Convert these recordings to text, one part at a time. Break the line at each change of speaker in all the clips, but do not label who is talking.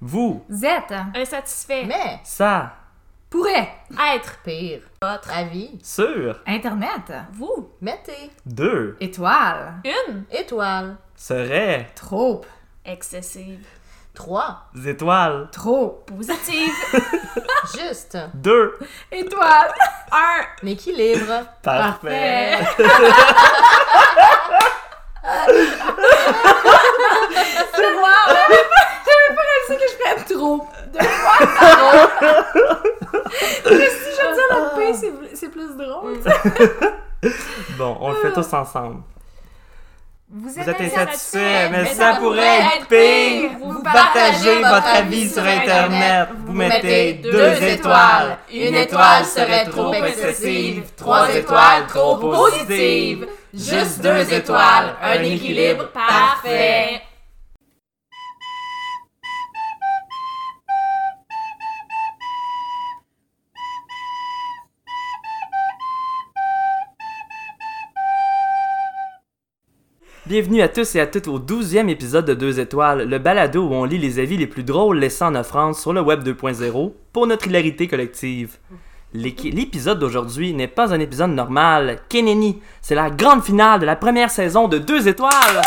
Vous,
Z.
Insatisfait.
Mais,
ça,
Pourrait.
Être.
pire, votre avis,
sur,
Internet.
Vous.
mettez
deux,
Étoile.
Une.
étoile,
serait,
Trop.
Excessive.
3,
étoiles,
Trop.
Positive.
juste,
deux,
Étoile.
Un.
l'équilibre.
parfait.
Eh.
C'est moi. J'avais pas réalisé que je prenne trop. De fois. Mais si je dis la paix, c'est- c'est plus drôle. tu sais.
Bon, on le fait tous ensemble. Vous êtes
aimez-
insatisfait, mais ça pourrait être pire. Vous partagez votre avis sur Internet. Vous mettez deux étoiles. Une étoile serait trop excessive. Trois étoiles trop positives. Juste deux étoiles. Un équilibre parfait.
Bienvenue à tous et à toutes au 12e épisode de 2 étoiles, le balado où on lit les avis les plus drôles laissés en offrande sur le web 2.0 pour notre hilarité collective. L'équi- L'épisode d'aujourd'hui n'est pas un épisode normal. Keneni, c'est la grande finale de la première saison de 2 étoiles.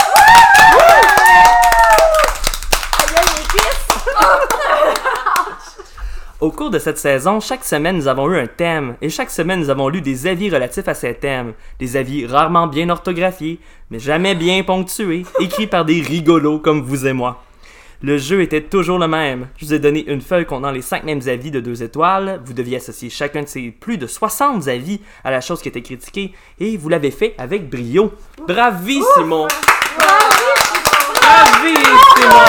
Au cours de cette saison, chaque semaine, nous avons eu un thème, et chaque semaine, nous avons lu des avis relatifs à ces thèmes. Des avis rarement bien orthographiés, mais jamais bien ponctués, écrits par des rigolos comme vous et moi. Le jeu était toujours le même. Je vous ai donné une feuille contenant les 5 mêmes avis de 2 étoiles. Vous deviez associer chacun de ces plus de 60 avis à la chose qui était critiquée, et vous l'avez fait avec brio. Bravissimo! Bravissimo!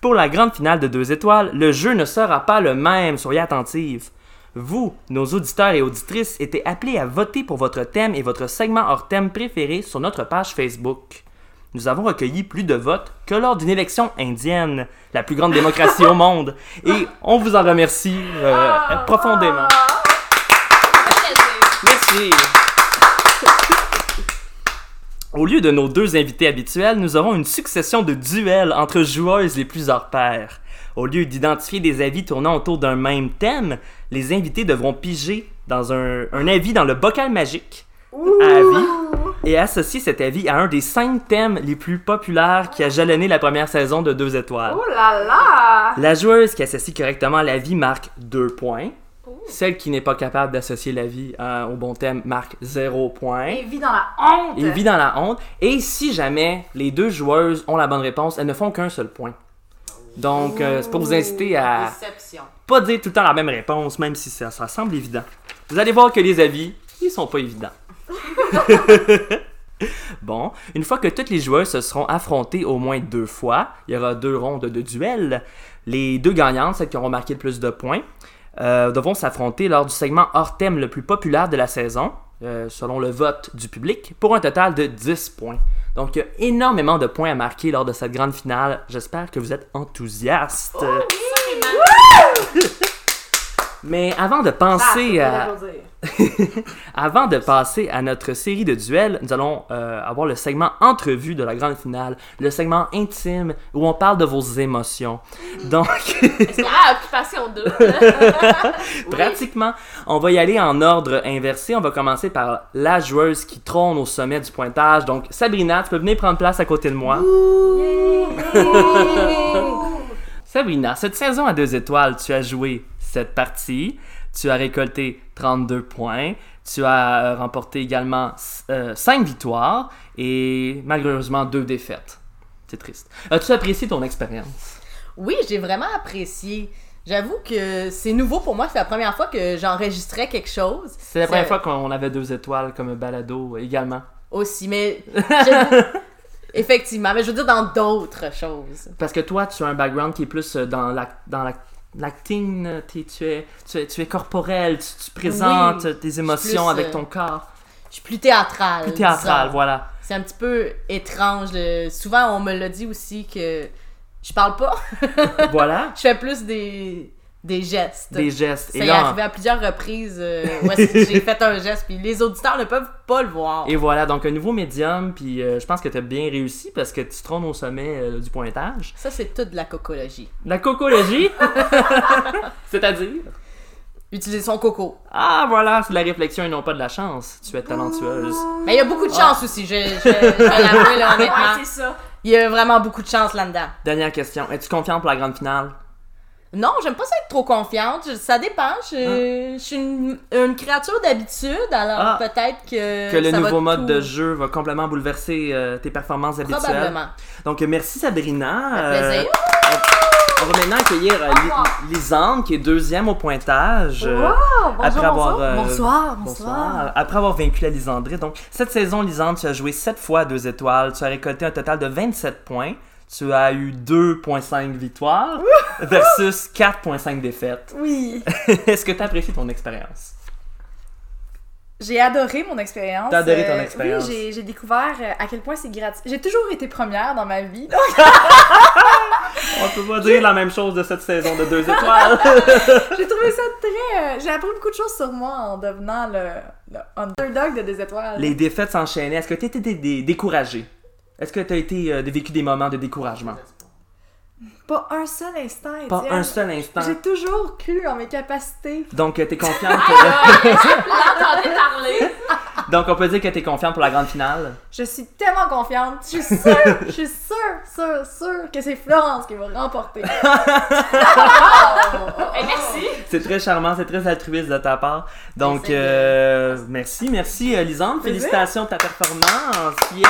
Pour la grande finale de 2 étoiles, le jeu ne sera pas le même, soyez attentifs. Vous, nos auditeurs et auditrices, étiez appelés à voter pour votre thème et votre segment hors thème préféré sur notre page Facebook. Nous avons recueilli plus de votes que lors d'une élection indienne, la plus grande démocratie au monde, et on vous en remercie euh, profondément. Merci. Au lieu de nos deux invités habituels, nous aurons une succession de duels entre joueuses les plus hors pair. Au lieu d'identifier des avis tournant autour d'un même thème, les invités devront piger dans un, un avis dans le bocal magique à avis et associer cet avis à un des cinq thèmes les plus populaires qui a jalonné la première saison de Deux Étoiles.
Oh là là.
La joueuse qui associe correctement l'avis marque 2 points. Celle qui n'est pas capable d'associer l'avis euh, au bon thème marque 0 points.
Elle vit dans la honte.
Il vit dans la honte. Et si jamais les deux joueuses ont la bonne réponse, elles ne font qu'un seul point. Donc, euh, c'est pour vous inciter à
Déception.
pas dire tout le temps la même réponse, même si ça, ça semble évident. Vous allez voir que les avis, ils sont pas évidents. bon, une fois que toutes les joueuses se seront affrontées au moins deux fois, il y aura deux rondes de duel. Les deux gagnantes, celles qui auront marqué le plus de points, euh, devront s'affronter lors du segment hors thème le plus populaire de la saison, euh, selon le vote du public, pour un total de 10 points. Donc, il y a énormément de points à marquer lors de cette grande finale. J'espère que vous êtes enthousiastes.
Oh,
Mais avant de penser à... Avant de passer à notre série de duels, nous allons euh, avoir le segment entrevue de la grande finale, le segment intime où on parle de vos émotions.
Mmh.
Donc,
Ah, occupation double.
pratiquement, on va y aller en ordre inversé. On va commencer par la joueuse qui trône au sommet du pointage. Donc, Sabrina, tu peux venir prendre place à côté de moi. Sabrina, cette saison à deux étoiles, tu as joué cette partie. Tu as récolté 32 points. Tu as euh, remporté également 5 victoires et malheureusement 2 défaites. C'est triste. As-tu apprécié ton expérience?
Oui, j'ai vraiment apprécié. J'avoue que c'est nouveau pour moi, c'est la première fois que j'enregistrais quelque chose.
C'est la première fois qu'on avait deux étoiles comme balado également.
Aussi, mais. j'avoue- Effectivement, mais je veux dire dans d'autres choses.
Parce que toi, tu as un background qui est plus euh, dans la- dans la- l'acting, euh, t'es- tu es, tu, es, tu es corporel, tu, tu présentes
Oui.
euh, tes émotions
plus,
avec
euh,
ton corps.
Je suis plus théâtrale.
Plus théâtral,
disons.
voilà.
C'est un petit peu étrange. le- Souvent, on me l'a dit aussi que je parle pas.
voilà.
Je fais plus des, des gestes.
des gestes.
Ça
et
y est
là,
arrivé à plusieurs reprises euh, où est-ce que j'ai fait un geste, puis les auditeurs ne peuvent pas le voir.
et voilà, donc un nouveau médium, puis euh, je pense que t'as bien réussi parce que tu te trompes au sommet euh, du pointage.
Ça, c'est toute de la cocologie.
La cocologie, c'est-à-dire
Utiliser son coco.
Ah voilà, c'est de la réflexion et non pas de la chance. Tu es talentueuse.
Mais il y a beaucoup de
Ah.
chance aussi, je, je, je vais l'avouer, là,
Ouais,
honnêtement.
c'est ça.
Il y a vraiment beaucoup de chance là-dedans.
Dernière question, es-tu confiant pour la grande finale
Non, j'aime pas ça être trop confiante. Je- Ça dépend. Je, je suis une, une créature d'habitude, alors
Ah.
peut-être que.
Que le
Euh, ça va
nouveau mode
tout-
de jeu va complètement bouleverser euh, tes performances habituelles.
Probablement.
Donc euh, merci Sabrina. Euh,
Plaisir.
on va maintenant accueillir euh, Li- Lisande qui est deuxième au pointage. euh, après avoir, euh,
Bonsoir, bonsoir.
Bonsoir. Après avoir vaincu la Lisandrée, donc cette saison, Lisande, tu as joué 7 fois à 2 étoiles. Tu as récolté un total de 27 points. Tu as eu 2,5 victoires versus 4,5 défaites.
Oui.
Est-ce que tu apprécies ton expérience?
J'ai adoré mon expérience.
T'as adoré ton
Euh,
expérience.
Oui, j'ai- j'ai découvert euh, à quel point c'est gratuit. J'ai toujours été première dans ma vie. donc
On peut pas dire la même chose de cette saison de 2 étoiles.
j'ai trouvé ça très. euh, j'ai appris beaucoup de choses sur moi en devenant le, le underdog de Deux Étoiles.
Les défaites s'enchaînaient. Est-ce que tu étais découragé? Est-ce que tu as été, euh, vécu des moments de découragement?
Pas un seul instant,
Pas
Étienne.
un seul instant.
J'ai toujours cru en mes capacités.
Donc, euh, t'es confiante.
Euh,
que-
L'entendez parler.
Donc, on peut dire que t'es confiante pour la grande finale.
Je suis tellement confiante. Je suis sûre, je suis sûre, sûre, sûre que c'est Florence qui va remporter.
Eh, merci.
C'est très charmant, c'est très altruiste de ta part. Donc,
Essaye de-
euh, merci, merci, euh, Lisande.
Plaisir.
Félicitations de ta performance. Yeah!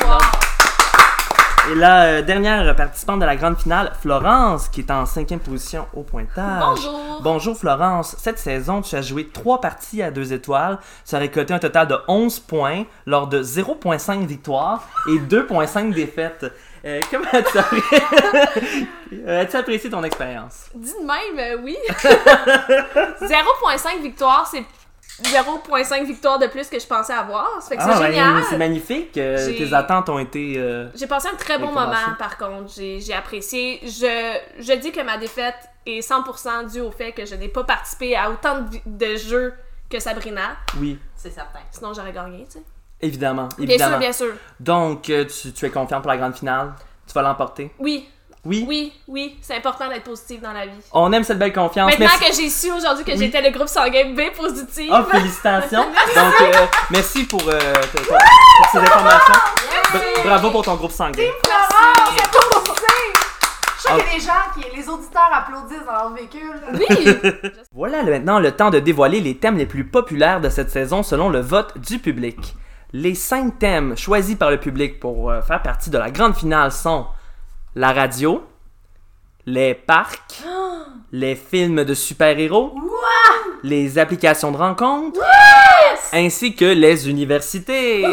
Au revoir.
Et la euh, dernière participante de la grande finale, Florence, qui est en cinquième position au
Ah.
pointage.
Bonjour.
Bonjour Florence, cette saison tu as joué trois parties à deux étoiles, tu as récolté un total de 11 points lors de 0.5 victoires et 2.5 défaites. Euh, comment tu as apprécié ton expérience?
Dis de même, euh, oui. 0.5 victoire, c'est 0.5 victoire de plus que je pensais avoir. Ça fait que
Ah,
c'est
ben,
ouais,
génial.
Ah, ben, c'est magnifique, euh,
J'ai-
tes attentes ont été... euh,
J'ai passé un très bon
Décoration.
moment, par contre. J'ai j'ai apprécié. Je, je dis que ma défaite est 100% due au fait que je n'ai pas participé à autant de, vi- de jeux que Sabrina.
Oui,
C'est certain.
Sinon, j'aurais gagné, tu sais.
évidemment,
Bien
évidemment.
sûr, bien sûr.
Donc euh, tu, tu es confiant pour la grande finale? Tu vas l'emporter?
Oui,
Oui?
oui, oui. C'est important d'être positive dans la vie.
On aime cette belle confiance.
Maintenant
Merci-
que j'ai su aujourd'hui que
Oui.
j'étais le groupe sanguin B positif,
Ah, félicitations! Donc, euh, merci pour, euh, t- t- pour ces informations. Bra- ben, Bravo pour ton groupe sanguin.
Florence, c'est pour Je sais qu'il y a des gens qui, les auditeurs applaudissent dans leur véhicule.
oui,
Voilà le- maintenant le temps de dévoiler les thèmes les plus populaires de cette saison selon le vote du public. Les cinq thèmes choisis par le public pour euh, faire partie de la grande finale sont la radio, les parcs, les films de super-héros, les applications de rencontres, ainsi que les universités.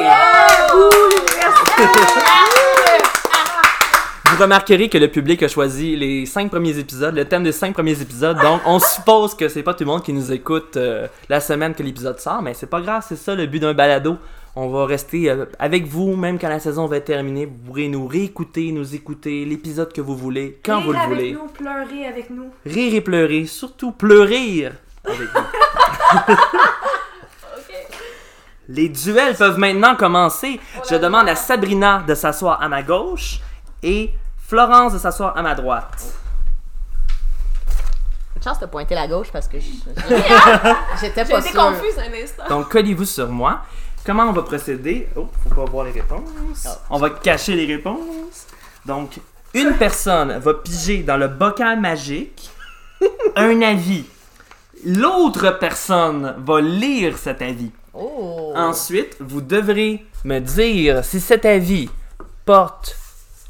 Vous remarquerez que le public a choisi les cinq premiers épisodes, le thème des cinq premiers épisodes. Donc, on suppose que c'est pas tout le monde qui nous écoute euh, la semaine que l'épisode sort, mais c'est pas grave, c'est ça le but d'un balado. On va rester euh, avec vous, même quand la saison va être terminée. Vous pourrez nous réécouter, nous écouter l'épisode que vous voulez, quand vous le
avec
voulez.
nous, pleurer avec nous.
Rire et pleurer, surtout pleurer avec vous. Les duels peuvent maintenant commencer.
Oh
Je demande à Sabrina de s'asseoir à ma gauche et Florence de s'asseoir à ma droite.
Une chance de pointer la gauche parce que je- hein. j'étais
j'ai
pas
été
sûre.
confuse un instant.
Donc, collez-vous sur moi. Comment on va procéder? Oh, faut pas voir les réponses. On va cacher les réponses. Donc, une personne va piger dans le bocal magique un avis. L'autre personne va lire cet avis.
Oh.
Ensuite, vous devrez me dire si cet avis porte,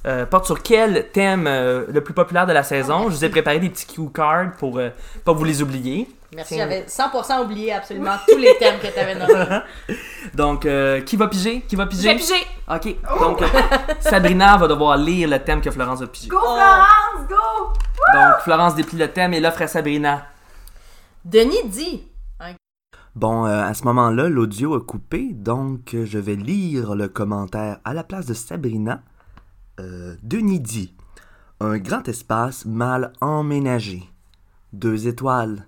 euh, porte sur quel thème euh, le plus populaire de la saison. Je vous ai préparé des petits cue cards pour euh, pas vous les oublier.
Merci, j'avais 100% oublié absolument tous les thèmes que t'avais nommés.
Donc, euh, qui va piger? Qui va
J'ai
piger?
pigé.
Ok, donc euh, Sabrina va devoir lire le thème que Florence a pigé.
Go, Florence, go!
Donc, Florence déplie le thème et l'offre à Sabrina.
Denis dit
Bon, euh, à ce moment-là, l'audio a coupé, donc euh, je vais lire le commentaire à la place de Sabrina. Euh, Denis dit Un grand espace mal emménagé. Deux étoiles.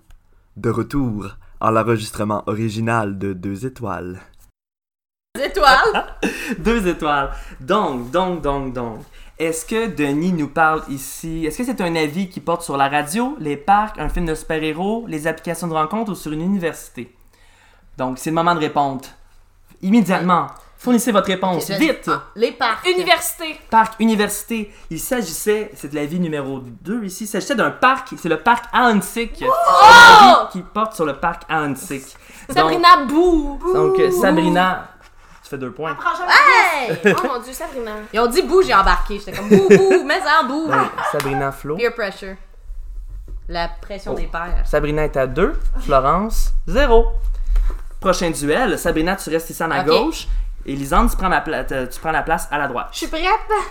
De retour à l'enregistrement original de Deux étoiles.
étoiles.
Deux étoiles. Donc, donc, donc, donc. Est-ce que Denis nous parle ici? Est-ce que c'est un avis qui porte sur la radio, les parcs, un film de super-héros, les applications de rencontre ou sur une université? Donc, c'est le moment de répondre. Immédiatement. Fournissez votre réponse.
Je-
Vite!
Les parcs.
Université.
Parc, université. Il s'agissait, c'est de l'avis numéro 2 ici, il s'agissait d'un parc, c'est le parc Antic. Qui porte sur le parc Antic.
Sabrina Bou.
Donc, euh, Sabrina, tu fais deux points.
Hey!
Oh mon dieu, Sabrina.
Ils ont dit bouh, j'ai embarqué. J'étais comme bouh, bouh, mais en bouh.
Donc, Sabrina Flo.
Peer pressure. La pression
Oh.
des pairs.
Sabrina est à 2, Florence 0. Prochain duel, Sabrina, tu restes ici à ma
Ok.
gauche et Lisande, tu prends, ma pla- euh, tu prends la place à la droite.
Je suis prête.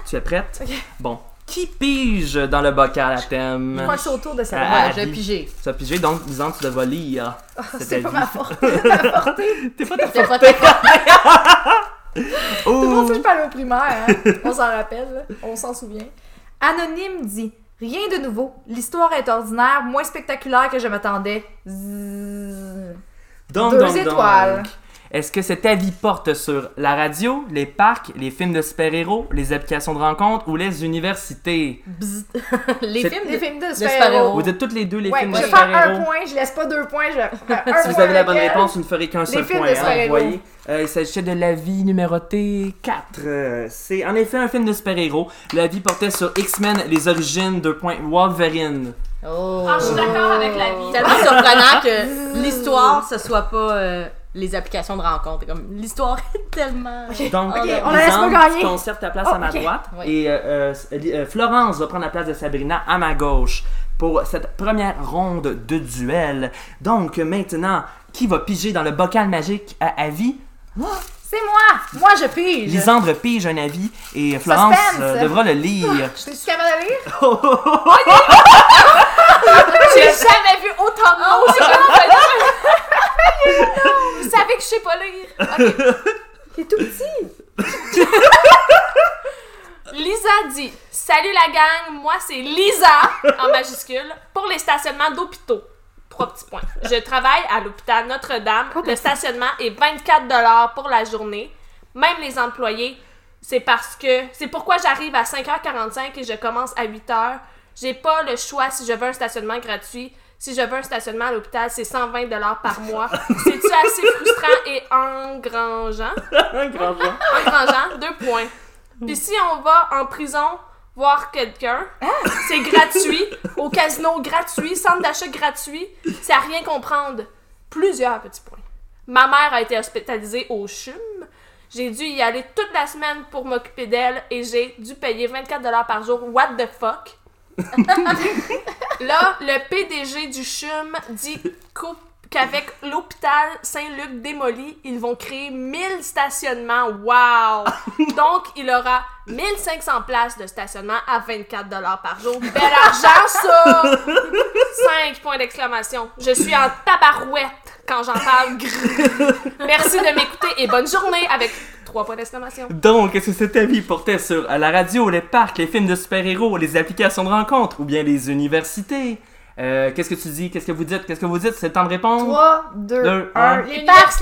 Tu es prête? Bon. Qui pige dans le bocal à thème?
Je crois que c'est autour de ça.
Ah,
Ouais, j'ai
Abby.
pigé.
Tu as pigé, donc Lisande, tu devras lire. cet
Oh, C'est pas
avis.
ma force.
T'es pas ta
C'est pas ta
Tout le
Oh!
monde sait que je parle au primaire, hein. on s'en rappelle, là. on s'en souvient. Anonyme dit Rien de nouveau, l'histoire est ordinaire, moins spectaculaire que je m'attendais. Zzzz.
Donc,
Deux
donc, donc.
étoiles.
Est-ce que cet avis porte sur la radio, les parcs, les films de super-héros, les applications de rencontre ou les universités?
Bzz. Les
C'est-
films.
Les
de-
films de
super-héros.
super-héros.
Vous êtes toutes les deux les
Ouais,
films
je
de
vais faire un
super-héros.
point, je laisse pas deux points, je vais faire un
Si vous
point
avez la bonne
avec elle.
réponse, vous ne ferez qu'un seul
films
point.
de
hein, vous
super-héros.
voyez. Euh, il s'agissait de l'avis numéroté 4. Euh, c'est en effet un film de super-héros. L'avis portait sur X-Men, les origines, 2 points, Wolverine.
Oh.
Ah, je suis d'accord avec la vie.
C'est tellement surprenant que l'histoire, ce soit pas euh, les applications de rencontre. C'est Comme l'histoire est tellement.
Donc,
Ok,
euh,
on la laisse
Lisande,
pas gagner.
Tu conserves ta place
Oh,
à ma
ok.
droite.
Oui.
Et euh, euh, s- li- euh, Florence va prendre la place de Sabrina à ma gauche pour cette première ronde de duel. Donc, euh, maintenant, qui va piger dans le bocal magique à avis?
C'est moi Moi je pige
Lisandre pige un avis et Florence
Suspense.
euh, devra le lire.
T'es-tu capable de lire
J'ai jamais vu autant de mots. C'est comment ça lire? Vous savez que je sais pas lire. Ok.
T'es tout petit
Lisa dit Salut la gang, moi c'est Lisa en majuscule pour les stationnements d'hôpitaux. Trois petits points. Je travaille à l'hôpital Notre-Dame. Le stationnement est 24 pour la journée. Même les employés, c'est parce que c'est pourquoi j'arrive à 5h45 et je commence à 8h. J'ai pas le choix si je veux un stationnement gratuit. Si je veux un stationnement à l'hôpital, c'est 120 par mois. C'est-tu assez frustrant et engrangeant?
Un grand genre.
Engrangeant, deux points. Puis si on va en prison voir quelqu'un, c'est gratuit, au casino gratuit, centre d'achat gratuit, c'est à rien comprendre. Plusieurs petits points. Ma mère a été hospitalisée au CHUM. J'ai dû y aller toute la semaine pour m'occuper d'elle et j'ai dû payer 24$ par jour. What the fuck? Là, le PDG du CHUM dit qu'au- qu'avec l'hôpital Saint-Luc démoli, ils vont créer 1000 stationnements. Wow! Donc, il aura 1500 places de stationnement à 24 par jour. Bel argent, ça! 5 points d'exclamation. Je suis en tabarouette quand j'en parle. Grrr. Merci de m'écouter et bonne journée avec 3 points d'exclamation.
Donc, est-ce que cet avis portait sur euh, la radio, les parcs, les films de super-héros, les applications de rencontres ou bien les universités? Euh, Qu'est-ce que tu dis? Qu'est-ce que vous dites? Qu'est-ce que vous dites? C'est le temps de répondre.
3, 2,
Deux, un.
1. Les parcs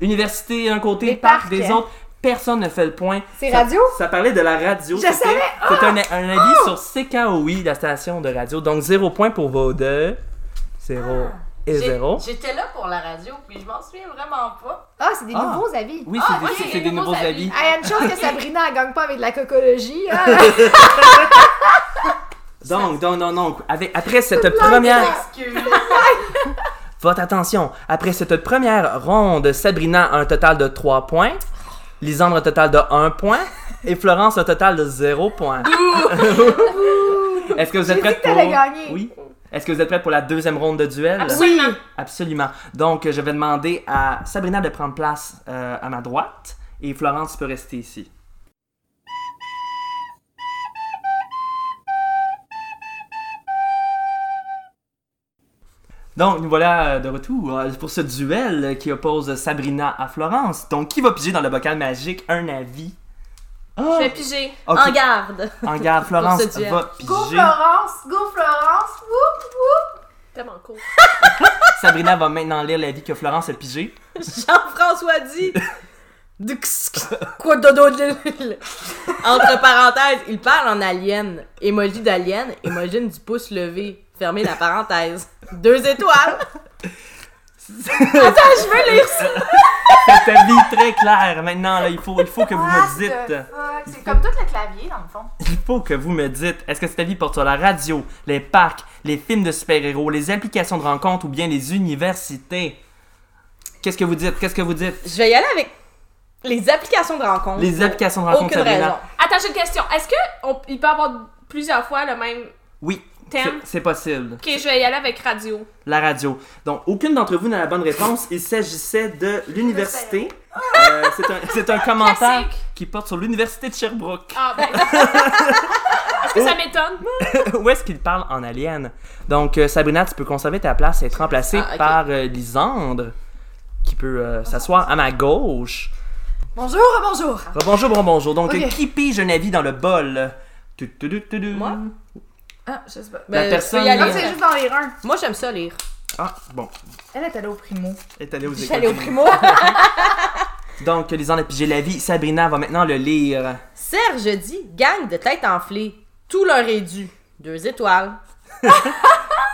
Université d'un côté,
Les
parc
parcs.
des autres. Personne ne fait le point.
C'est
Ça-
radio?
Ça parlait de la radio.
Je
C'était-
savais!
C'était un, un avis sur CKOI, la station de radio. Donc, zéro point pour vos deux. Zéro et
J'ai-
zéro.
J'étais là pour la radio, puis je m'en souviens vraiment pas.
Ah, c'est des
Ah.
nouveaux avis
Oui,
Ah,
c'est des,
ok,
c'est des
nouveaux
nouveaux avis.
avis.
Ah, il y a une chose que Sabrina elle gagne pas avec de la cocologie. hein.
Donc, donc, donc, donc, avec, après cette première... Votre attention, après cette première ronde, Sabrina a un total de 3 points, Lisandre un total de 1 point et Florence un total de 0 point. Est-ce que vous êtes
J'ai dit
prête
que
pour
t'allais gagner.
Oui. Est-ce que vous êtes prête pour la deuxième ronde de duel
Absolument.
Absolument. Donc je vais demander à Sabrina de prendre place euh, à ma droite et Florence peut rester ici. Donc, nous voilà euh, de retour euh, pour ce duel euh, qui oppose Sabrina à Florence. Donc, qui va piger dans le bocal magique un avis Ah!
Je vais piger.
Ok,
En garde.
en garde, Florence
Pour ce duel.
va
Go
piger.
Florence, go Florence, whoop whoop.
Tellement cool.
Sabrina va maintenant lire l'avis que Florence a pigé.
Jean-François dit. Quoi dodo Entre parenthèses, il parle en alien. Emoji d'alien, émojine du pouce levé. Fermez la parenthèse. Deux étoiles.
Attends, je veux lire ça.
Cet avis très clair maintenant, là, il faut, il faut que vous me dites.
C'est comme tout le clavier, dans le fond.
Il faut que vous me dites, est-ce que cet avis porte sur la radio, les parcs, les films de super-héros, les applications de rencontres ou bien les universités? Qu'est-ce que vous dites? Qu'est-ce que vous dites?
Je vais y aller avec les applications de rencontre.
Les applications de rencontres,
Aucune
Sabrina.
raison.
Attends, j'ai une question. Est-ce qu'il peut avoir plusieurs fois le même.
Oui,
Thème.
c'est- c'est possible.
Ok, je vais y aller avec radio.
La radio. Donc, aucune d'entre vous n'a la bonne réponse. Il s'agissait de l'université. Euh, c'est un- c'est un, commentaire
Classique.
qui porte sur l'université de Sherbrooke.
Ah, ben. Est-ce que ça m'étonne?
Où est-ce qu'il parle en alien? Donc, euh, Sabrina, tu peux conserver ta place et être remplacée
Ah, ok. Ah,
par euh, Lisandre, qui peut euh, s'asseoir à ma gauche.
Bonjour, bonjour.
Bonjour, bon bonjour. Donc,
Ok.
qui pige un avis dans le bol? Tu, tu, tu, tu, tu.
Moi?
Ah, je sais pas.
La
Ben,
personne-
je peux y
Ah,
aller.
c'est juste dans les reins.
Moi, j'aime ça lire.
Ah, bon.
Elle est allée au primo.
Elle est allée aux
Je suis
écoles.
allée au primo.
Donc, Lisandre a pigé l'avis. Sabrina va maintenant le lire.
Serge dit gang de tête enflée. Tout leur est dû. Deux étoiles.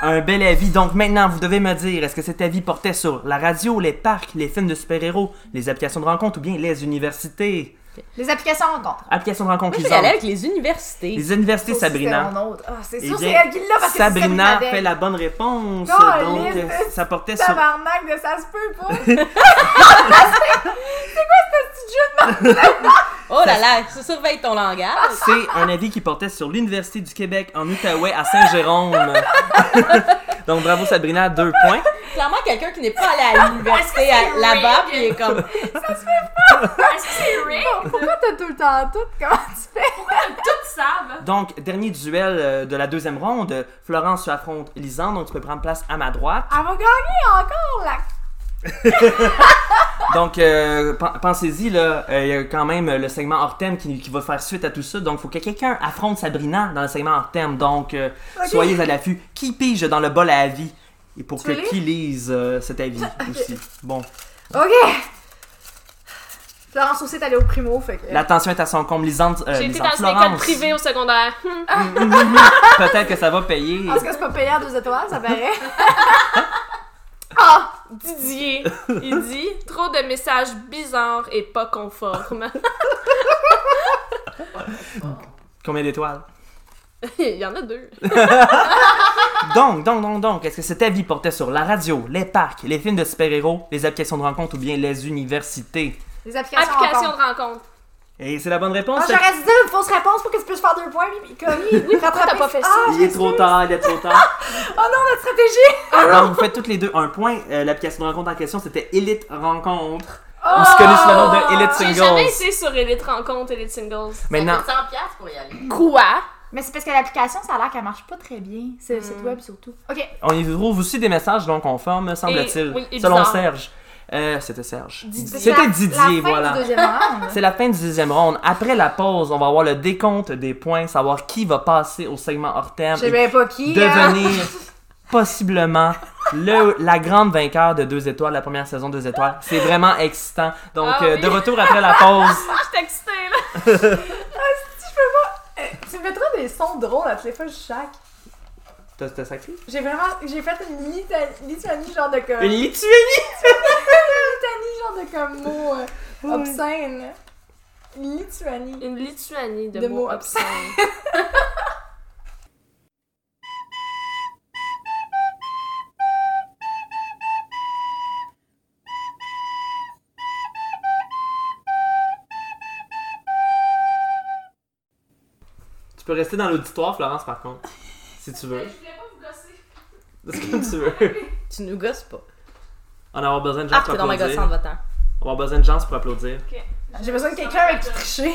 Un bel avis. Donc maintenant, vous devez me dire, est-ce que cet avis portait sur la radio, les parcs, les films de super-héros, les applications de rencontres ou bien les universités?
Les applications rencontres.
Applications de rencontres,
Moi, je vais y
Lisandre.
aller avec les universités.
Les universités,
Ça aussi,
Sabrina.
C'est mon autre. Ah, c'est
Eh
sûr, c'est
bien,
elle qui l'a parce que c'est
Sabrina
Veil.
fait la bonne réponse.
Oh,
donc, euh,
Lise,
ça portait sur...
Tabarnak de ça se peut pas.
Oh là là, ça surveille ton langage.
C'est un avis qui portait sur l'Université du Québec en Outaouais à Saint-Jérôme. donc, bravo, Sabrina. Deux points.
Clairement, quelqu'un qui n'est pas allé à l'université
Est-ce que
à-
c'est
là-bas,
rigged?
puis il est comme.
Est-ce que c'est rigged?
Pourquoi t'as tout le temps tout? Comment tu fais?
Toutes savent.
Donc, dernier duel euh, de la deuxième ronde. Florence se affronte Lisandre, donc tu peux prendre place à ma droite.
Elle va gagner encore là.
Donc, euh, pen- pensez-y, là, euh, il y a quand même le segment hors thème qui, qui va faire suite à tout ça. Donc, il faut que quelqu'un affronte Sabrina dans le segment hors thème. Donc, euh, soyez à l'affût. Qui pige dans le bol à avis? Et pour
Tu
que
veux lire?
qui lise euh, cet avis aussi. Bon,
Euh,
Ok. Florence aussi est allée au primo, fait que.
la tension est à son comble. Lisante, euh,
J'ai été
lisante.
dans une école
Florence,
privée Ah! au secondaire. Hmm.
peut-être que ça va payer.
Parce que c'est pas payé à deux étoiles, ça paraît.
Ah! Didier, il dit trop de messages bizarres et pas conformes.
Combien d'étoiles?
il y en a deux.
Donc, donc, donc, donc, est-ce que cet avis portait sur la radio, les parcs, les films de super-héros, les applications de rencontres ou bien les universités?
Les applications.
Application
rencontres.
de rencontre.
Et c'est la bonne réponse.
Ah, J'aurais dû dire une fausse réponse pour que tu puisses faire deux points, mais comme oui,
t'as pas fait ça?
il est trop tard, il est trop tard.
Oh non, notre stratégie!
Ah!
Alors, vous faites toutes les deux un point. Euh, L'application de rencontre en question, c'était Elite Rencontre. On se connaît sous le nom de Elite
Oh! J'ai jamais
Singles.
été sur Elite Rencontre, Elite Singles.
Maintenant,
100 piastres pour y aller.
Quoi?
Mais c'est parce que l'application, ça a l'air qu'elle marche pas très bien. C'est le site web surtout. Ok.
on y trouve aussi des messages non conformes, semble-t-il.
Et- oui, et
selon
bizarre.
Serge. Euh, c'était Serge.
Didier.
C'était
La-
Didier,
la fin du
voilà.
deuxième round.
C'est la fin du deuxième round. Après la pause, on va avoir le décompte des points, savoir qui va passer au segment hors
Je
terme
sais
et
bien pas qui. hein.
devenir possiblement le, la grande vainqueur de deux étoiles, la première saison deux étoiles. C'est vraiment excitant. Donc,
Ah
euh,
oui.
de retour après la pause.
Ah, Je suis excitée, là.
euh, Tu mettras des sons drôles à toutes les fois chaque.
T'as t'as sacré?
J'ai vraiment. J'ai fait une Lita- Lituanie, genre de comme.
Une
Lituanie,
Lituanie!
genre de comme mot euh, obscène. Lituanie.
Une Lituanie de,
De
mots
mots
obscènes.
Tu peux rester dans l'auditoire, Florence, par contre. Si tu veux. C'est comme tu veux.
Tu nous gosses pas.
On va avoir besoin de gens
Ah,
pour
t'es dans ma gossante,
applaudir.
va-t'en.
On va avoir besoin de gens pour applaudir.
J'ai besoin de quelqu'un avec qui tricher.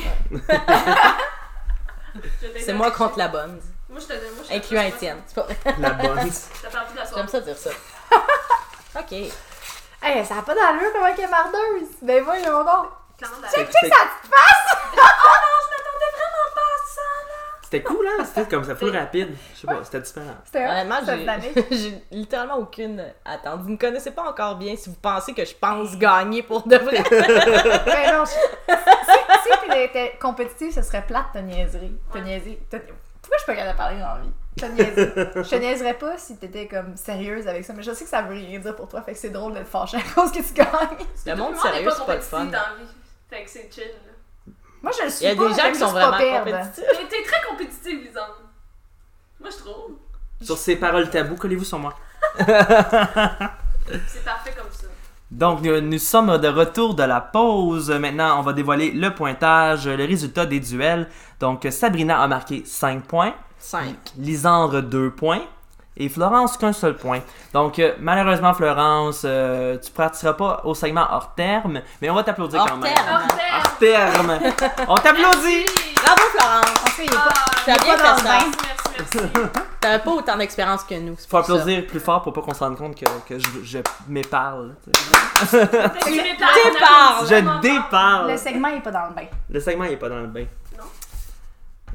C'est moi contre la bonne.
Moi, je te donne. moi, je te-
Incluant Étienne. C'est pas vrai.
La bonne.
T'as pas envie de la soirée.
J'aime ça dire ça. Ok.
Hey, ça a pas d'allure comment qu'elle est mardeuse. Ben voyons donc.
Quand la-
Check, check.
Ça te passe!
C'était cool, hein? C'était comme ça, plus rapide. Je sais pas, c'était différent.
C'était
Honnêtement,
c'était dynamique.
j'ai- j'ai littéralement aucune attente. Vous ne connaissez pas encore bien si vous pensez que je pense gagner pour de vrai.
Mais Ben non, je- si, si t'étais compétitif, ce serait plate de te niaiser. Te niaiser. te- Pourquoi je suis pas capable de parler dans la vie? Te niaiser. Je te niaiserais pas si t'étais comme sérieuse avec ça, mais je sais que ça veut rien dire pour toi, fait que c'est drôle de te fâcher à cause que tu gagnes.
Le monde
Tout le
sérieux,
monde est
c'est pas le fun.
compétitif dans la vie. Fait que c'est chill. là.
Moi, je le suis
Il y a
pas,
des gens
fait
qui
que
sont
juste pas
vraiment
perdre.
compétitifs.
Mais t'es très compétitive, Lisande. Moi, je trouve.
Sur ces paroles taboues, collez-vous sur moi.
C'est parfait comme ça.
Donc, nous, nous sommes de retour de la pause. Maintenant, on va dévoiler le pointage, le résultat des duels. Donc, Sabrina a marqué 5 points,
5.
Lisandre 2 points et Florence qu'un seul point. Donc, euh, malheureusement, Florence, euh, tu ne partiras pas au segment hors terme, mais on va t'applaudir
Hors
quand même.
terme.
Ortel!
Ah.
Hors terme! on t'applaudit!
Bravo, Florence!
En tout cas, il est
Ah,
pas-
T'as bien
pas
fait
dans le
ça.
bain.
merci, merci.
T'as pas autant d'expérience que nous. c'est
Faut
pour ça.
applaudir plus fort pour pas qu'on se rende compte que, que je, je m'éparle. tu sais.
Tu
déparles.
Je déparle!
Ah.
Le segment il est pas dans le bain.
Le segment, il est pas dans le bain.
Non.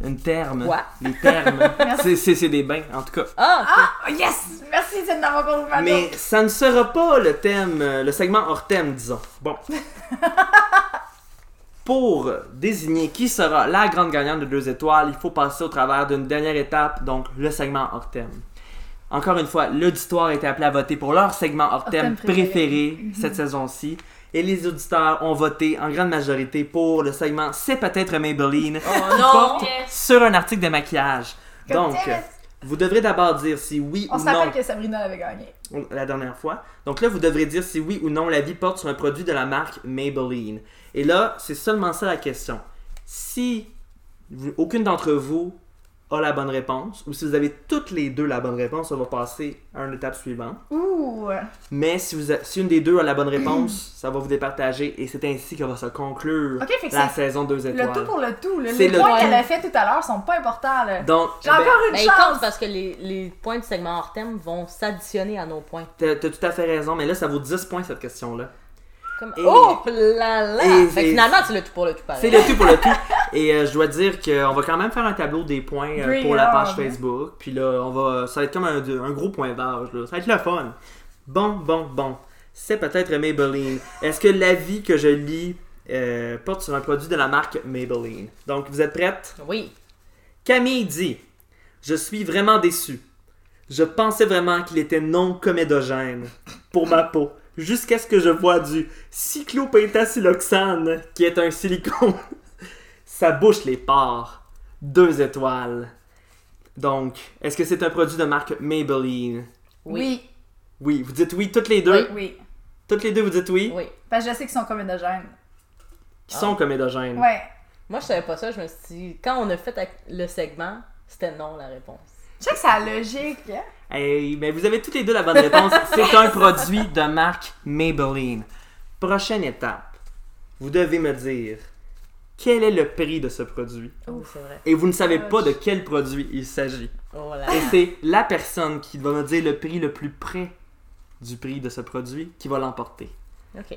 Une terme.
Quoi?
Les termes. C'est- C'est c'est des bains, en tout cas.
Ah! ok.
Ah, yes! Merci de m'avoir compris.
Mais ça ne sera pas le thème, euh, le segment hors thème, disons. Bon. Pour désigner qui sera la grande gagnante de deux étoiles, il faut passer au travers d'une dernière étape, donc le segment hors thème. Encore une fois, l'auditoire était appelé à voter pour leur segment hors thème
thème préféré. Mhm.
préféré cette saison-ci. Et les auditeurs ont voté en grande majorité pour le segment C'est peut-être Maybelline
Oh
qui
non!
porte
Yes.
sur un article de maquillage.
Comme
Donc,
yes.
vous devrez d'abord dire si oui
On
ou
se
non
rappelle que Sabrina avait gagné.
on- la dernière fois. Donc là, vous devrez dire si oui ou non l'avis porte sur un produit de la marque Maybelline. Et là, c'est seulement ça la question. Si vous- aucune d'entre vous a la bonne réponse, ou si vous avez toutes les deux la bonne réponse, on va passer à une étape suivante.
Ouh!
Mais si, vous a- si une des deux a la bonne réponse, ça va vous départager et c'est ainsi que va se conclure
Ok, fait que
la
c'est
saison 2
le tout
étoiles.
pour le tout. là.
C'est
Les
le
points
tout.
qu'elle a fait tout à l'heure sont pas importants. là.
Donc, eh ben,
J'ai encore une
Mais ils
chance!
comptent parce que les, les points du segment hors thème vont s'additionner à nos points.
t'as t'as tout à fait raison, mais là, ça vaut 10 points cette question-là.
Comme...
Et-
Oh là là!
Et-
Fait que
et-
finalement, tu l'as tout pour le tout pareil.
C'est le tout pour le tout. Et euh, je dois dire qu'on va quand même faire un tableau des points euh,
Bring
pour
it
la
on.
page Facebook. Puis là, on va, ça va être comme un, un gros point d'âge. là. Ça va être le fun. Bon, bon, bon. C'est peut-être Maybelline. Est-ce que l'avis que je lis euh, porte sur un produit de la marque Maybelline? Donc, vous êtes prête?
Oui.
Camille dit Je suis vraiment déçu. Je pensais vraiment qu'il était non comédogène pour ma peau, jusqu'à ce que je vois du cyclopentasiloxane, qui est un silicone. Ça bouche les pores. Deux étoiles. Donc, est-ce que c'est un produit de marque Maybelline
Oui,
Oui, vous dites oui toutes les deux.
oui.
Toutes les deux, vous dites oui.
Oui.
Parce que je sais qu'ils sont comédogènes.
Qui sont comédogènes.
Ouais.
Moi, je savais pas ça. Je me suis dit, quand on a fait ac- le segment, c'était non la réponse.
Je sais que c'est la logique. hein.
Hey, mais vous avez toutes les deux la bonne réponse. C'est un produit de marque Maybelline. Prochaine étape. Vous devez me dire quel est le prix de ce produit.
Oh, c'est vrai.
Et vous ne savez pas de quel produit il s'agit.
Oh là.
Et c'est la personne qui va me dire le prix le plus près du prix de ce produit qui va l'emporter.
Ok.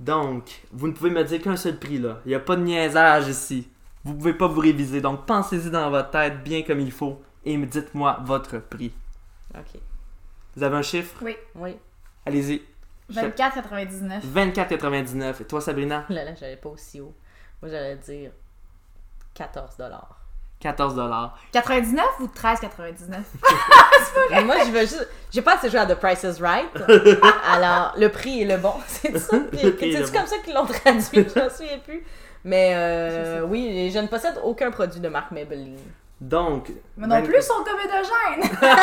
Donc, vous ne pouvez me dire qu'un seul prix là. Il n'y a pas de niaisage ici. Vous pouvez pas vous réviser. Donc, pensez-y dans votre tête bien comme il faut et me dites-moi votre prix.
Ok.
Vous avez un chiffre
Oui.
Allez-y.
24,99.
24,99. Et toi, Sabrina,
Oh Là, là, j'allais pas aussi haut. Moi, j'allais dire 14 dollars.
14 dollars.
99 ou 13,99?
Moi, je veux juste. J'ai pas assez joué à The Price is Right. Alors, le prix est le bon. C'est ça.
Le prix est le
C'est
bon.
comme ça qu'ils l'ont traduit. Je m'en souviens plus. Mais euh, oui, je ne possède aucun produit de marque Maybelline.
Donc.
Mais non
vingt-
plus, ils sont comédogènes!
Ah!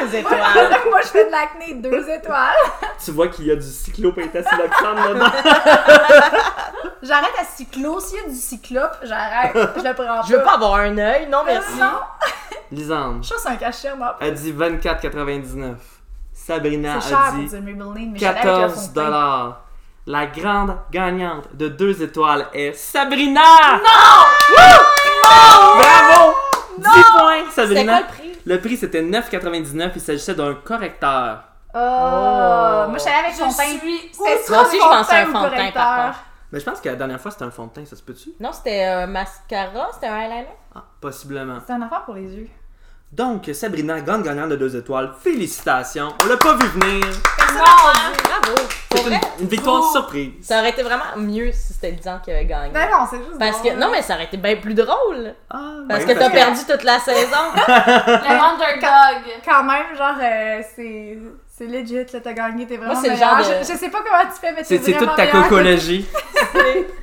Deux étoiles.
Moi, je fais de l'acné, deux étoiles.
Tu vois qu'il y a du cyclopentasiloxane dedans.
J'arrête à cyclo. S'il y a du cyclope, j'arrête. Je le prends
Je veux pas avoir un œil. Non, merci.
Ah!
Non, je
Lisange
trouve que c'est un cachet, moi.
a dit 24,99. Sabrina
C'est cher
a
pour
dit
du Maybelline, mais je suis allée avec le fond
14
de teint.
dollars. La grande gagnante de deux étoiles est Sabrina! Non! Bravo! 10 points,
C'était quoi
Sabrina!
le prix?
Le prix c'était 9,99. Il s'agissait d'un correcteur.
Oh! Moi, je suis allée avec
Je
fond de teint.
suis
C'est
Moi
soit
aussi, je
fond de
pensais à un
teint ou
fond de teint, par
correcteur.
contre.
Mais je pense que la dernière fois, c'était un fond de teint, ça se peut-tu?
Non, c'était un mascara, c'était un eyeliner.
Ah, possiblement.
C'est un affaire pour les yeux.
Donc, Sabrina, grande gagnante de deux étoiles, félicitations! On l'a pas vu venir!
Non,
Ah, Bravo! Pour
Ah! C'est
vrai,
une, une victoire
vous-
surprise!
ça aurait été vraiment mieux si c'était Lisanne qui avait gagné.
Ben non, c'est juste.
Parce que,
drôle.
non, mais ça aurait été bien plus drôle.
Ah,
Parce
ouais,
que t'as
fait-
perdu toute la saison.
Le underdog.
Quand même, genre, euh, c'est. C'est legit, là, t'as gagné, t'es vraiment.
Moi, c'est le
meilleure.
genre de-
je, je sais pas comment tu fais, mais t'es
C'est c'est
vraiment
toute ta
meilleure.
cocologie.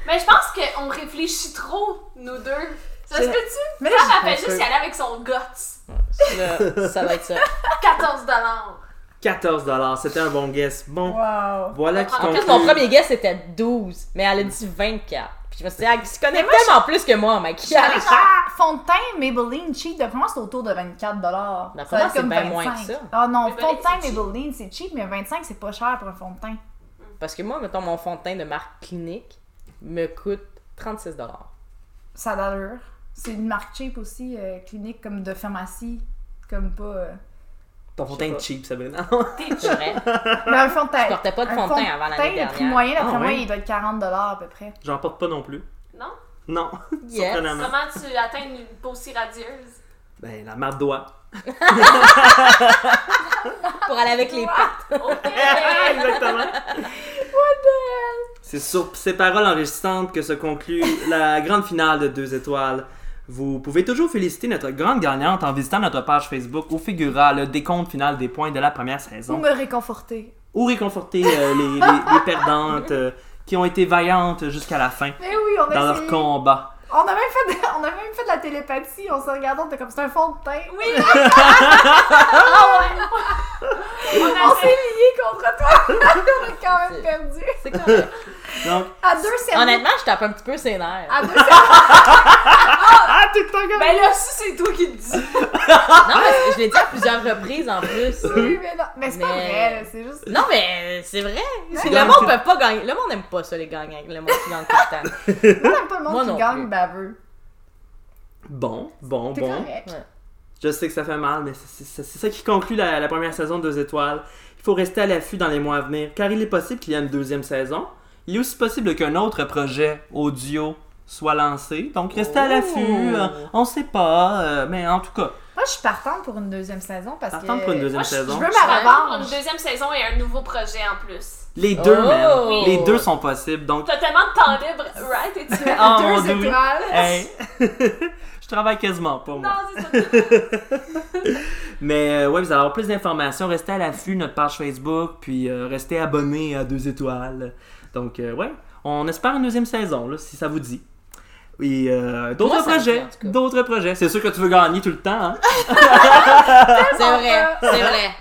Mais je pense qu'on réfléchit trop, nous deux. Ça se
C'est-
peut-tu?
Mais là,
Moi,
je-
j'appelle juste y aller avec son guts.
Là, ça va être ça.
14 dollars.
14$, c'était un bon guess. Bon,
Wow.
voilà qui
En
En
conclut.
plus, mon premier guess c'était 12, mais elle a dit 24. Puis je me suis dit, elle se connaît tellement plus que moi en
J'allais
maquillage.
faire fond de tein Maybelline cheap. D'après moi, c'est autour de 24 dollars.
D'après moi, c'est bien moins que ça.
Ah non,
Maybelline,
fond de teint
c'est cheap.
Maybelline, c'est cheap, mais 25, c'est pas cher pour un fond de teint.
Parce que moi, mettons, mon fond de teint de marque clinique me coûte 36 dollars.
Ça a d'allure. C'est une marque cheap aussi, euh, clinique comme de pharmacie. Comme pas. euh,
Ton fond de
Je sais
teint
pas.
cheap, Sabrina.
Je vrai.
Mais un fond de teint.
Je portais pas de
un
fond de teint avant l'année
Le prix
dernière.
moyen, d'après
Ah,
moi,
ouais.
il doit être 40 à peu près.
J'en porte pas non plus.
Non?
Non,
Yes.
surprenamment.
Comment tu atteins une peau si radieuse?
Ben, la marde doigt.
Pour aller avec les pattes.
Ah, Ok.
Exactement. C'est sur ces paroles enrichissantes que se conclut la grande finale de Deux Étoiles. Vous pouvez toujours féliciter notre grande gagnante en visitant notre page Facebook où figurera le décompte final des points de la première
Pour
saison.
me réconforter.
Ou réconforter euh, les, les- les perdantes euh, qui ont été vaillantes jusqu'à la fin
Mais Eh oui, on a
dans leur
essayé.
combat.
On a, même fait de, on a même fait de la télépathie. On se regardait, on était comme c'est un fond de teint.
Oui! Ah ouais! On
On
a
s'est liés contre toi. on a quand même
C'est-
perdu.
C'est correct.
Donc,
À deux cerveaux.
Honnêtement, je tape un petit peu ses nerfs.
À deux cerveaux.
ah, tout le temps,
Ben là, si c'est toi qui le dis.
Non, mais je l'ai dit à plusieurs reprises en plus.
Oui, mais non. Mais c'est pas
Mais-
vrai, là, c'est juste.
Non, mais c'est vrai. C'est-
Non,
Le monde
c'est-
peut pas gagner. Le monde aime pas ça, les gagnants. Le monde qui gagne tout le temps.
Moi, j'aime pas le monde
Moi
qui
non
gagne
plus.
baveux.
Bon, bon,
T'es
bon.
correct.
Je sais que ça fait mal, mais c'est- c'est c'est ça qui conclut la, la première saison de Deux Étoiles. Il faut rester à l'affût dans les mois à venir, car il est possible qu'il y ait une deuxième saison. Il est aussi possible qu'un autre projet audio soit lancé. Donc, restez à
Oh.
l'affût. euh, On sait pas, euh, mais en tout cas,
Moi, je suis partante pour une deuxième saison parce
partant
que.
pour une deuxième
Moi, je-
Je
saison.
veux
Je
ma
m'attends pour
revanche.
une deuxième saison et un nouveau projet en plus.
Les deux,
Oh.
même.
Oui.
Les deux sont possibles. Donc,
T'as tellement de temps libre, right? Et tu fais-
Ah, mon Dieu,
deux
oui.
étoiles.
hey, je travaille quasiment pas, moi.
Non, c'est ça.
Mais euh, ouais, vous allez avoir plus d'informations. Restez à l'affût, notre page Facebook, puis euh, restez abonnés à Deux Étoiles. Donc, euh, ouais, on espère une deuxième saison, là, si ça vous dit. Et euh, d'autres
Moi, ça me
projets,
dit, en tout cas.
d'autres projets. C'est sûr que tu veux gagner tout le temps, hein?
C'est vrai, c'est vrai.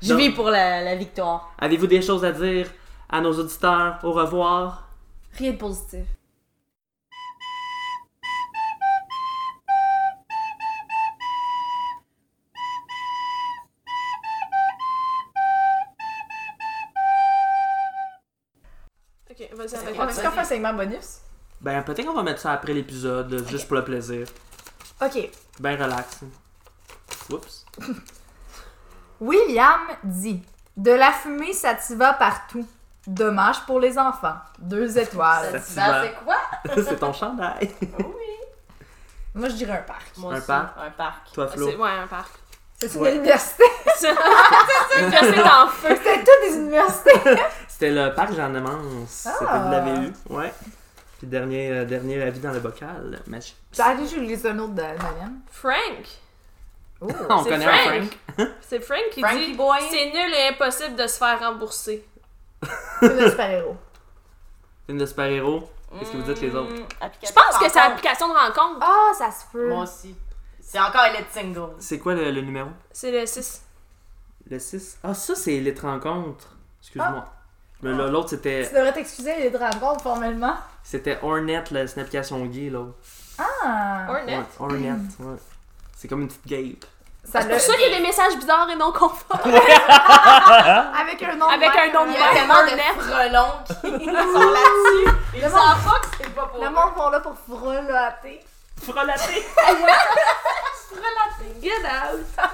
Je
Non.
vis pour la, la victoire.
Avez-vous des choses à dire à nos auditeurs? Au revoir.
Rien de positif.
Ok, vas-y, avec
On a fait un segment bonus.
Ben, peut-être qu'on va mettre ça après l'épisode, juste pour le plaisir.
Ok.
Ben, relax. Oups.
William dit De la fumée sativa partout. Dommage pour les enfants. Deux étoiles.
Sativa.
c'est quoi?
C'est ton chandail.
Moi, je dirais un parc.
Moi
Un
aussi,
parc.
Un parc.
Toi, Flo.
C'est- Ouais, un parc.
C'est une
Ouais.
université.
C'est ça que c'est en feu.
C'était toutes des universités.
C'était le parc Jean Amance.
Ah.
C'était- Vous l'avez eu, ouais. Puis dernier, euh, dernier avis dans le bocal, magique.
Allez, je vous lis un autre de Marianne.
Frank!
Oh.
On
C'est
connaît un
Frank.
Frank.
C'est Frank qui
Frankie
dit
boy.
C'est nul et impossible de se faire rembourser.
C'est le super-héros.
Une de super-héros. Qu'est-ce que vous dites, les autres?
Mm,
Je pense que c'est l'application de rencontre.
Ah, ça se peut.
Moi aussi. C'est encore Elite Single.
C'est quoi le, le numéro?
C'est le 6.
Le 6. Ah, ça, c'est les rencontres. Excuse-moi. Mais là, L'autre, c'était
Tu devrais t'excuser, les dragons, formellement.
c'était Ornette, la- c'est une application gay, l'autre.
Ah.
Ouais,
Hornet.
Ornette, ouais. C'est comme une petite gape.
Ça
Ah, C'est pour ça qu'il y a des messages bizarres et non conformes.
Avec un nom hein.
Avec un nom de
Il y a
Ouais,
tellement de
Hornet.
frelons qui sont là-dessus. Ils
Le
s'en foutent que c'est pas pour
Le
eux.
monde vont là pour frelater.
Frelaté!
Get out.